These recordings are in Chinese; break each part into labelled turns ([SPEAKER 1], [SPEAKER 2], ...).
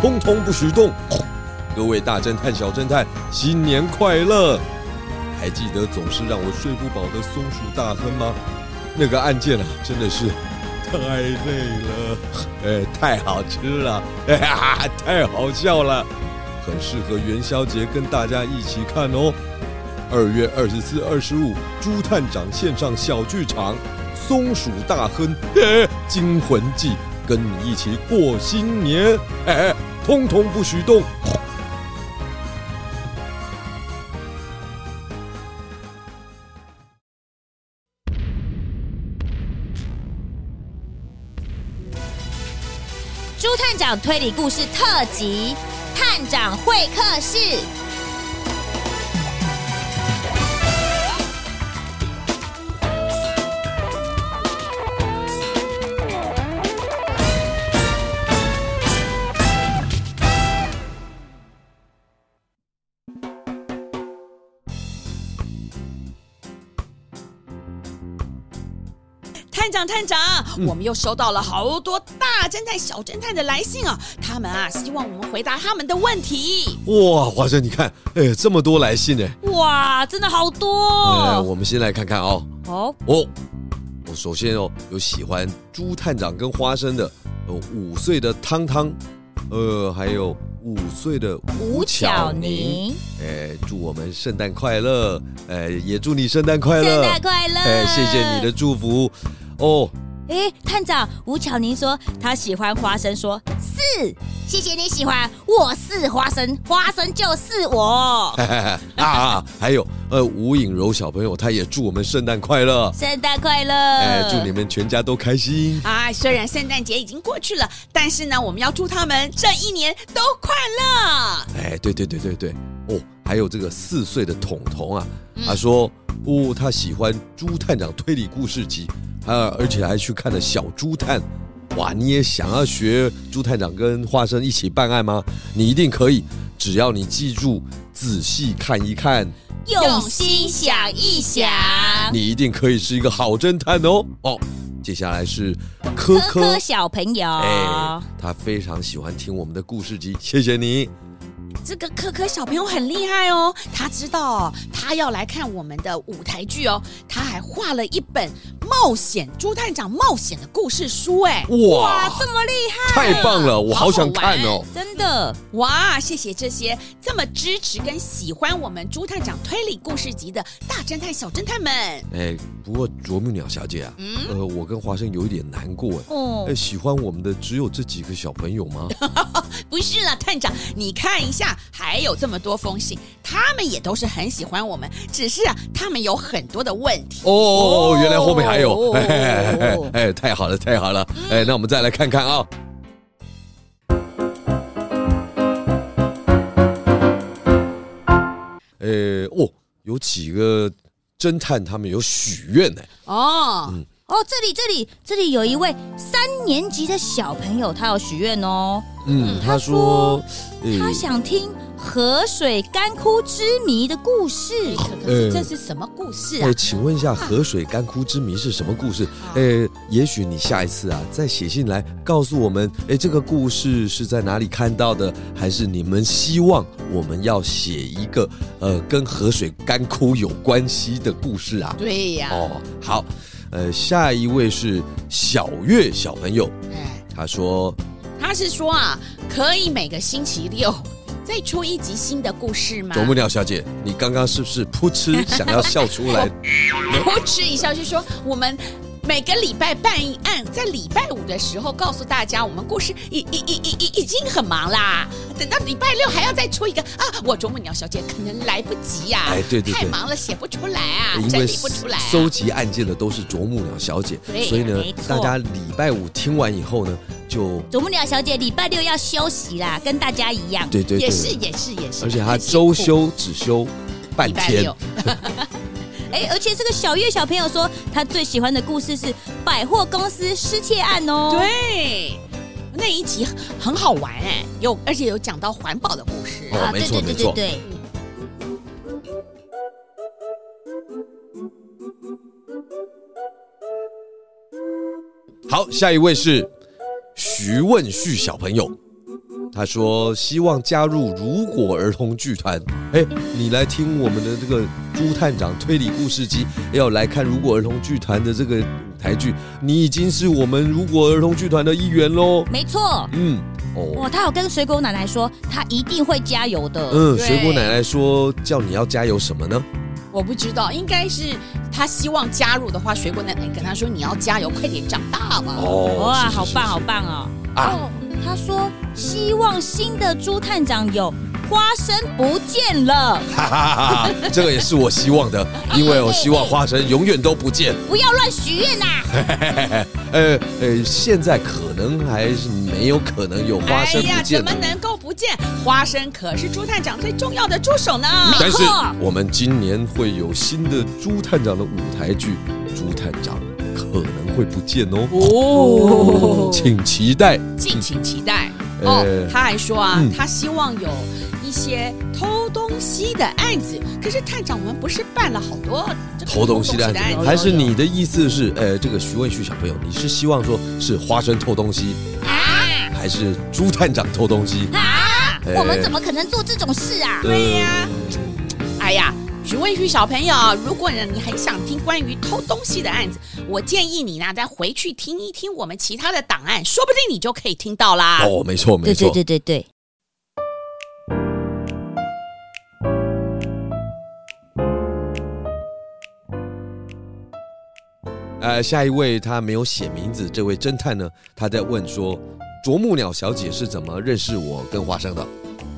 [SPEAKER 1] 通通不许动。各位大侦探、小侦探，新年快乐！还记得总是让我睡不饱的松鼠大亨吗？那个案件啊，真的是太累了，呃，太好吃了，哎呀，太好笑了，很适合元宵节跟大家一起看哦。二月二十四、二十五，朱探长线上小剧场《松鼠大亨》呃《惊魂记》，跟你一起过新年，哎，通通不许动。
[SPEAKER 2] 朱探长推理故事特辑《探长会客室》。
[SPEAKER 3] 探长，探长，我们又收到了好多大侦探、小侦探的来信啊！他们啊，希望我们回答他们的问题。
[SPEAKER 1] 哇，华生，你看，哎，这么多来信呢。
[SPEAKER 3] 哇，真的好多
[SPEAKER 1] 呃，
[SPEAKER 3] 哦！
[SPEAKER 1] 我们先来看看哦。
[SPEAKER 3] 哦
[SPEAKER 1] 哦，我首先哦，有喜欢朱探长跟花生的，呃，五岁的汤汤，呃，还有五岁的吴巧宁。，哎，祝我们圣诞快乐！哎，也祝你圣诞快乐！
[SPEAKER 2] 圣诞快乐！
[SPEAKER 1] 哎，谢谢你的。祝福。哦，
[SPEAKER 2] 哎，探长吴巧宁说她喜欢花生，说是，谢谢你喜欢，我是花生，花生就是我。
[SPEAKER 1] 哎啊，还有呃，吴颖柔小朋友，他也祝我们圣诞快 乐！
[SPEAKER 2] 圣诞快乐！
[SPEAKER 1] 哎，祝你们全家都开心。
[SPEAKER 3] 哎，虽然圣诞节已经过去了，但是呢，我们要祝他们这一年都快乐。
[SPEAKER 1] 哎，对对对对对，哦，还有这个四岁的彤彤啊，
[SPEAKER 2] 嗯
[SPEAKER 1] 他说，哦，他喜欢《朱探长推理故事集》，啊，而且还去看了《小朱探》。哇，你也想要学朱探长跟花生一起办案吗？你一定可以，只要你记住仔细看一看，
[SPEAKER 2] 用心想一想，
[SPEAKER 1] 你一定可以是一个好侦探哦。哦，接下来是科
[SPEAKER 2] 科
[SPEAKER 1] 科
[SPEAKER 2] 科小朋友，
[SPEAKER 1] 哎，他非常喜欢听我们的故事集，谢谢你。
[SPEAKER 3] 这个可可小朋友很厉害哦，他知道哦他要来看我们的舞台剧哦，他还画了一本冒险朱探长冒险的故事书，哎，
[SPEAKER 1] 哇，
[SPEAKER 2] 这么厉害，
[SPEAKER 1] 太棒了，我好想看
[SPEAKER 3] 好好
[SPEAKER 1] 哦
[SPEAKER 3] 玩。
[SPEAKER 2] 真的。
[SPEAKER 3] 哇，谢谢这些这么支持跟喜欢我们朱探长推理故事集的大侦探、小侦探们。
[SPEAKER 1] 哎，不过啄木鸟小姐啊，呃，我跟华生有一点难过哎。
[SPEAKER 2] 嗯哦
[SPEAKER 1] 哎，，喜欢我们的只有这几个小朋友 吗？
[SPEAKER 3] 不是啦，探长，你看一下，还有这么多封信，他们也都是很喜欢我们，只是啊，他们有很多的问题。
[SPEAKER 1] 哦，原来后面还有，
[SPEAKER 2] 哦嗯
[SPEAKER 1] 哎哎哎哎，太好了，太好了，哎，那我们再来看看啊。呃，哦，有几个侦探他们有许愿呢，
[SPEAKER 3] 哦，
[SPEAKER 1] 嗯
[SPEAKER 2] 哦，这里这里这里有一位三年级的小朋友，他有许愿哦，
[SPEAKER 1] 嗯，他
[SPEAKER 2] 他
[SPEAKER 1] 说
[SPEAKER 2] 说，
[SPEAKER 1] 哎
[SPEAKER 2] 他想听河水干枯之谜的故事。
[SPEAKER 3] 可是这是什么故事啊
[SPEAKER 1] 嗯呃哎，？请问一下，河水干枯之谜是什么故事？呃，也许你下一次啊，再写信来告诉我们，哎，这个故事是在哪里看到的？还是你们希望我们要写一个呃跟河水干枯有关系的故事啊？
[SPEAKER 3] 对呀、
[SPEAKER 1] 哦，好，呃，下一位是小月小朋友，
[SPEAKER 3] 哎
[SPEAKER 1] 他说，
[SPEAKER 3] 他是说啊，可以每个星期六再出一集新的故事吗？
[SPEAKER 1] 啄木鸟小姐，你刚刚是不是噗嗤想要笑出来？
[SPEAKER 3] 我嗤一笑，就说我们每个礼拜办一案，在礼拜五的时候告诉大家，我们故事已已已已已已经很忙啦，等到礼拜六还要再出一个啊！我啄木鸟小姐可能来不及呀、
[SPEAKER 1] 哎对对对
[SPEAKER 3] 太忙了，写不出来啊，
[SPEAKER 1] 因
[SPEAKER 3] 整
[SPEAKER 1] 为
[SPEAKER 3] 理不出来、啊。
[SPEAKER 1] 搜集案件的都是啄木鸟小姐，
[SPEAKER 3] 对
[SPEAKER 1] 所以呢
[SPEAKER 2] 没，错
[SPEAKER 1] 大家礼拜五听完以后呢，就
[SPEAKER 2] 啄木鸟小姐礼拜六要休息啦，跟大家一样。
[SPEAKER 1] 对对对
[SPEAKER 3] 也，是也是也是，
[SPEAKER 1] 而且她
[SPEAKER 3] 很辛
[SPEAKER 1] 周
[SPEAKER 3] 苦
[SPEAKER 1] 休只休半
[SPEAKER 3] 礼拜
[SPEAKER 1] 天
[SPEAKER 3] 六，
[SPEAKER 2] 哎，而且这个小月小朋友说，他最喜欢的故事是百货公司失窃案哦。，
[SPEAKER 3] 对。那一集很好玩哎、有而且有讲到环保的故事。
[SPEAKER 1] 哦没
[SPEAKER 2] 对
[SPEAKER 1] 错
[SPEAKER 2] 啊对对
[SPEAKER 1] 没错
[SPEAKER 2] 对对。
[SPEAKER 1] 好，下一位是徐问旭小朋友，他说希望加入如果儿童剧团。哎，你来听我们的这个朱探长推理故事集，要来看如果儿童剧团的这个舞台剧，你已经是我们如果儿童剧团的一员喽。
[SPEAKER 2] 没错，
[SPEAKER 1] 嗯，哦，
[SPEAKER 2] 哇，他有跟水果奶奶说，他一定会加油的。
[SPEAKER 1] 嗯，
[SPEAKER 3] 对
[SPEAKER 1] 水果奶奶说叫你要加油什么呢？
[SPEAKER 3] 我不知道，应该是他希望加入的话，水果奶奶跟他说：“你要加油，快点长大吧。”
[SPEAKER 1] 哦，
[SPEAKER 2] 哇，
[SPEAKER 1] 是是
[SPEAKER 2] 好
[SPEAKER 1] 是
[SPEAKER 2] 棒，
[SPEAKER 1] 是
[SPEAKER 2] 好棒哦！
[SPEAKER 1] 啊
[SPEAKER 2] 哦，他说希望新的朱探长有花生不见了，
[SPEAKER 1] 哈哈哈哈，这个也是我希望的，因为我希望花生永远都不见。
[SPEAKER 2] 不要乱许愿呐！
[SPEAKER 1] 呃呃，现在可能还是没有可能有花生
[SPEAKER 3] 哎呀，
[SPEAKER 1] 不见
[SPEAKER 3] 怎
[SPEAKER 1] 的
[SPEAKER 3] 么。能够不见？花生可是朱探长最重要的助手呢。
[SPEAKER 1] 但是
[SPEAKER 2] 没错
[SPEAKER 1] 我们今年会有新的朱探长的舞台剧，朱探长可能会不见哦，
[SPEAKER 3] 哦
[SPEAKER 1] 请期待。
[SPEAKER 3] 敬请期待。
[SPEAKER 1] 嗯
[SPEAKER 3] 哦
[SPEAKER 1] 呃，
[SPEAKER 3] 他还说啊，
[SPEAKER 1] 嗯
[SPEAKER 3] 他希望有一些偷东西的案子。可是探长，我们不是办了好多这个
[SPEAKER 1] 偷东西的案
[SPEAKER 3] 偷
[SPEAKER 1] 子，
[SPEAKER 3] 东
[SPEAKER 1] 还是你的意思是，
[SPEAKER 2] 嗯
[SPEAKER 1] 呃，这个徐问旭小朋友，你是希望说是花生偷东西，还是朱探长偷东西？
[SPEAKER 2] 啊，
[SPEAKER 1] 哎
[SPEAKER 2] 我们怎么可能做这种事啊？
[SPEAKER 3] 对呀、哎呀，徐问旭小朋友，如果呢你很想听关于偷东西的案子，我建议你呢再回去听一听我们其他的档案，说不定你就可以听到啦。
[SPEAKER 1] 哦，没错没
[SPEAKER 2] 对对
[SPEAKER 1] 错，
[SPEAKER 2] 对对对，
[SPEAKER 1] 呃，下一位他没有写名字，这位侦探呢，他在问说，啄木鸟小姐是怎么认识我跟花生的？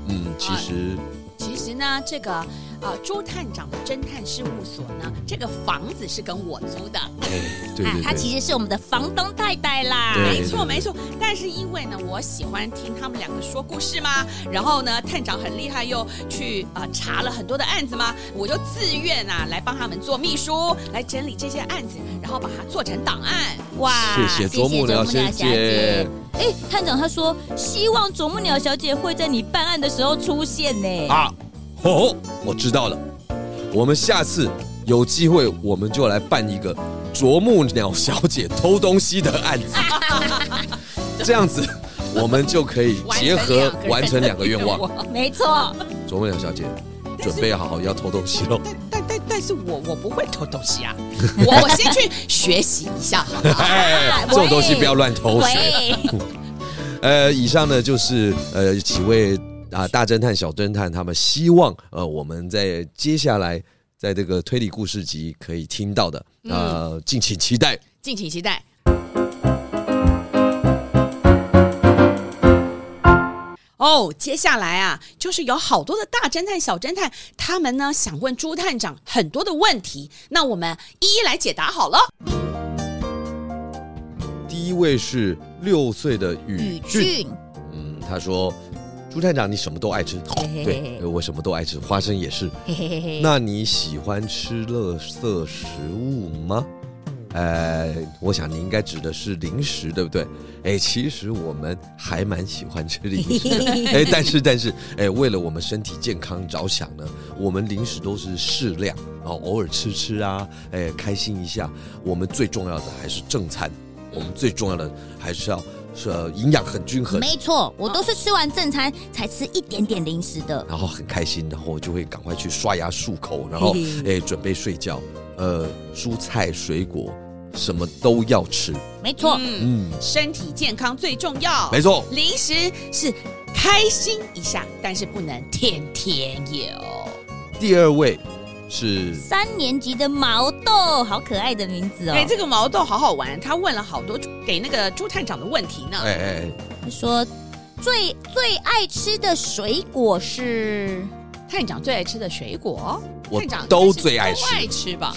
[SPEAKER 1] 嗯，其实
[SPEAKER 2] 哦
[SPEAKER 3] 其实呢，这个啊、呃朱探长的侦探事务所呢，这个房子是跟我租的。
[SPEAKER 1] 哎对
[SPEAKER 2] 啊
[SPEAKER 1] 对，
[SPEAKER 2] 他
[SPEAKER 1] 对，
[SPEAKER 2] 其实是我们的房东太太啦。哎
[SPEAKER 1] 对
[SPEAKER 3] 没错没错，但是因为呢，我喜欢听他们两个说故事嘛，然后呢，探长很厉害，又去啊、呃查了很多的案子嘛，我就自愿啊来帮他们做秘书，来整理这些案子，然后把它做成档案。
[SPEAKER 2] 哇，
[SPEAKER 1] 谢谢啄木鸟
[SPEAKER 2] 小
[SPEAKER 1] 小姐。
[SPEAKER 2] 哎，探长他说希望啄木鸟小姐会在你办案的时候出现呢。
[SPEAKER 1] 啊，哦，我知道了，我们下次有机会我们就来办一个啄木鸟小姐偷东西的案子， 这样子我们就可以结合完成两个愿望。。
[SPEAKER 2] 哦没错，
[SPEAKER 1] 啄木鸟小姐，准备好要偷东西喽。
[SPEAKER 3] 但但但但是我我不会偷东西啊，我我先去学习一下好了。
[SPEAKER 1] 哎，这种东西不要乱偷。
[SPEAKER 2] 啊喂，
[SPEAKER 1] 呃，以上呢就是呃几位啊大侦探、小侦探他们希望呃我们在接下来在这个推理故事集可以听到的，呃，敬请期待。
[SPEAKER 3] 敬请期待。哦，接下来啊，就是有好多的大侦探、小侦探，他们呢想问朱探长很多的问题，那我们一一来解答好了。
[SPEAKER 1] 第一位是六岁的宇
[SPEAKER 2] 宇
[SPEAKER 1] 俊，
[SPEAKER 2] 俊，
[SPEAKER 1] 嗯，他说：“朱探长，你什么都爱吃，
[SPEAKER 2] 嘿嘿
[SPEAKER 1] 对，我什么都爱吃，花生也是。
[SPEAKER 2] 嘿嘿嘿嘿，
[SPEAKER 1] 那你喜欢吃垃圾食物吗？”呃，我想你应该指的是零食，对不对？哎，其实我们还蛮喜欢吃零食的，哎，但是但是，哎，为了我们身体健康着想呢，我们零食都是适量，然后偶尔吃吃啊，哎，开心一下。我们最重要的还是正餐，我们最重要的还是要是呃营养很均衡，
[SPEAKER 2] 没错，我都是吃完正餐才吃一点点零食的。
[SPEAKER 1] 然后很开心，然后我就会赶快去刷牙漱口，然后哎准备睡觉。呃，蔬菜水果什么都要吃，
[SPEAKER 2] 没错，
[SPEAKER 3] 嗯，
[SPEAKER 1] 嗯，
[SPEAKER 3] 身体健康最重要。
[SPEAKER 1] 没错。
[SPEAKER 3] 零食是开心一下，但是不能天天有。
[SPEAKER 1] 第二位是
[SPEAKER 2] 三年级的毛豆，好可爱的名字哦。
[SPEAKER 3] 哎，这个毛豆好好玩，他问了好多给那个朱探长的问题呢。
[SPEAKER 1] 哎哎哎，
[SPEAKER 2] 他说最最爱吃的水果是，
[SPEAKER 3] 探长最爱吃的水果，
[SPEAKER 1] 我
[SPEAKER 3] 探长
[SPEAKER 1] 都最爱
[SPEAKER 3] 都爱
[SPEAKER 1] 吃，
[SPEAKER 3] 吃吧。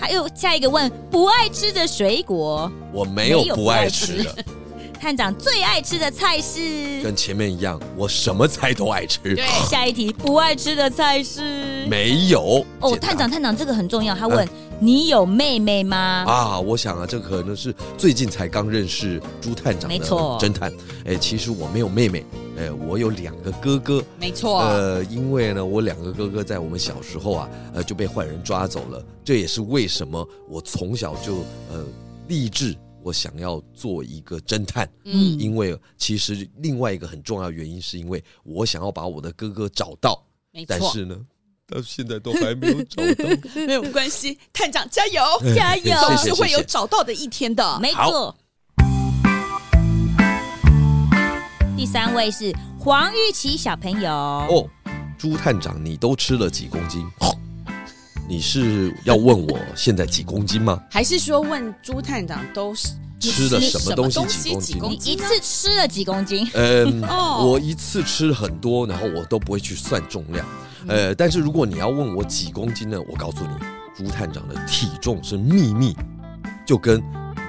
[SPEAKER 2] 还有下一个问不爱吃的水果。
[SPEAKER 1] 我没有
[SPEAKER 2] 没有
[SPEAKER 1] 不
[SPEAKER 2] 不爱
[SPEAKER 1] 爱吃
[SPEAKER 2] 吃
[SPEAKER 1] 的，
[SPEAKER 2] 探长最爱吃的菜是，
[SPEAKER 1] 跟前面一样，我什么菜都爱吃，
[SPEAKER 3] 对，
[SPEAKER 2] 下一题不爱吃的菜是。
[SPEAKER 1] 没啊嗯有。
[SPEAKER 2] 哦，
[SPEAKER 1] 简单
[SPEAKER 2] 探长，探长，这个很重要。他问、你有妹妹吗？
[SPEAKER 1] 啊，我想啊，这可能是最近才刚认识朱探长的
[SPEAKER 2] 没错
[SPEAKER 1] 侦探。哎，其实我没有妹妹，哎，我有两个哥哥。
[SPEAKER 3] 没错。
[SPEAKER 1] 呃，因为呢，我两个哥哥在我们小时候啊，呃，就被坏人抓走了。这也是为什么我从小就呃立志我想要做一个侦探，
[SPEAKER 3] 嗯
[SPEAKER 1] 因为其实另外一个很重要的原因是因为我想要把我的哥哥找到，
[SPEAKER 3] 没
[SPEAKER 1] 但
[SPEAKER 3] 错，
[SPEAKER 1] 是呢，到现在都还没有找 到。
[SPEAKER 3] 没有关系，探长加油，
[SPEAKER 2] 加油
[SPEAKER 3] 总
[SPEAKER 1] 谢谢
[SPEAKER 3] 是会
[SPEAKER 1] 谢
[SPEAKER 3] 啊有
[SPEAKER 1] 谢
[SPEAKER 3] 找到的一天
[SPEAKER 1] 啊
[SPEAKER 3] 的。
[SPEAKER 2] 没错。第三位是黄玉琪小朋友，
[SPEAKER 1] 哦，朱探长，你都吃了几公斤？ 你是要问我现在几公斤吗？
[SPEAKER 3] 还是说问朱探长都是
[SPEAKER 1] 吃了
[SPEAKER 3] 你
[SPEAKER 1] 什么
[SPEAKER 3] 么
[SPEAKER 1] 东西几
[SPEAKER 3] 西
[SPEAKER 1] 公斤
[SPEAKER 2] 你
[SPEAKER 3] 公
[SPEAKER 2] 一
[SPEAKER 3] 斤呢？
[SPEAKER 2] 次吃了几公斤？
[SPEAKER 1] 嗯，
[SPEAKER 3] 哦
[SPEAKER 1] 我一次吃很多，然后我都不会去算重量。
[SPEAKER 3] 嗯
[SPEAKER 1] 呃，但是如果你要问我几公斤呢，我告诉你，朱探长的体重是秘密，就跟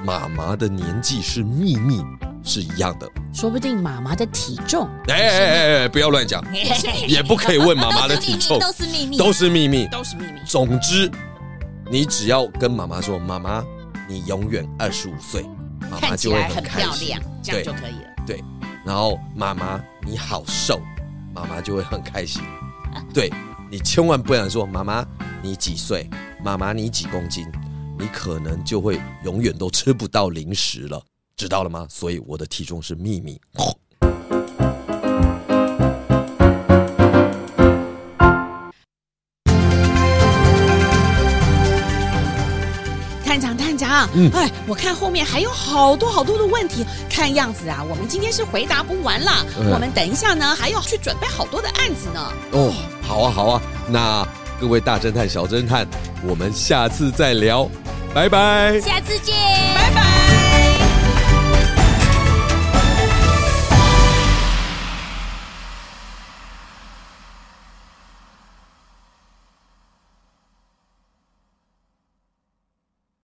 [SPEAKER 1] 妈妈的年纪是秘密是一样的。
[SPEAKER 3] 说不定妈妈的体重
[SPEAKER 1] 哎哎哎哎，不要乱 讲，也不可以问妈妈的体重，
[SPEAKER 2] 都是秘密，
[SPEAKER 1] 都
[SPEAKER 2] 都是
[SPEAKER 1] 是
[SPEAKER 2] 秘密。
[SPEAKER 1] 秘密。
[SPEAKER 3] 都是秘密。
[SPEAKER 1] 总之，你只要跟妈妈说：“妈妈，你永远二十五岁。”妈妈
[SPEAKER 3] 看起
[SPEAKER 1] 就会
[SPEAKER 3] 来很
[SPEAKER 1] 开
[SPEAKER 3] 漂
[SPEAKER 1] 心
[SPEAKER 3] 亮。，这样就可以了。
[SPEAKER 1] 对，然后妈妈你好瘦，妈妈就会很开心。对你千万不能说妈妈你几岁，妈妈你几公斤，你可能就会永远都吃不到零食了，知道了吗？所以我的体重是秘密。
[SPEAKER 3] 探长，探长，
[SPEAKER 1] 嗯
[SPEAKER 3] 哎，我看后面还有好多好多的问题，看样子啊，我们今天是回答不完啦。
[SPEAKER 1] 嗯
[SPEAKER 3] 我们等一下呢，还要去准备好多的案子呢。
[SPEAKER 1] 哦，好啊，好啊，那各位大侦探、小侦探，我们下次再聊，拜拜。
[SPEAKER 2] 下次见，
[SPEAKER 3] 拜拜。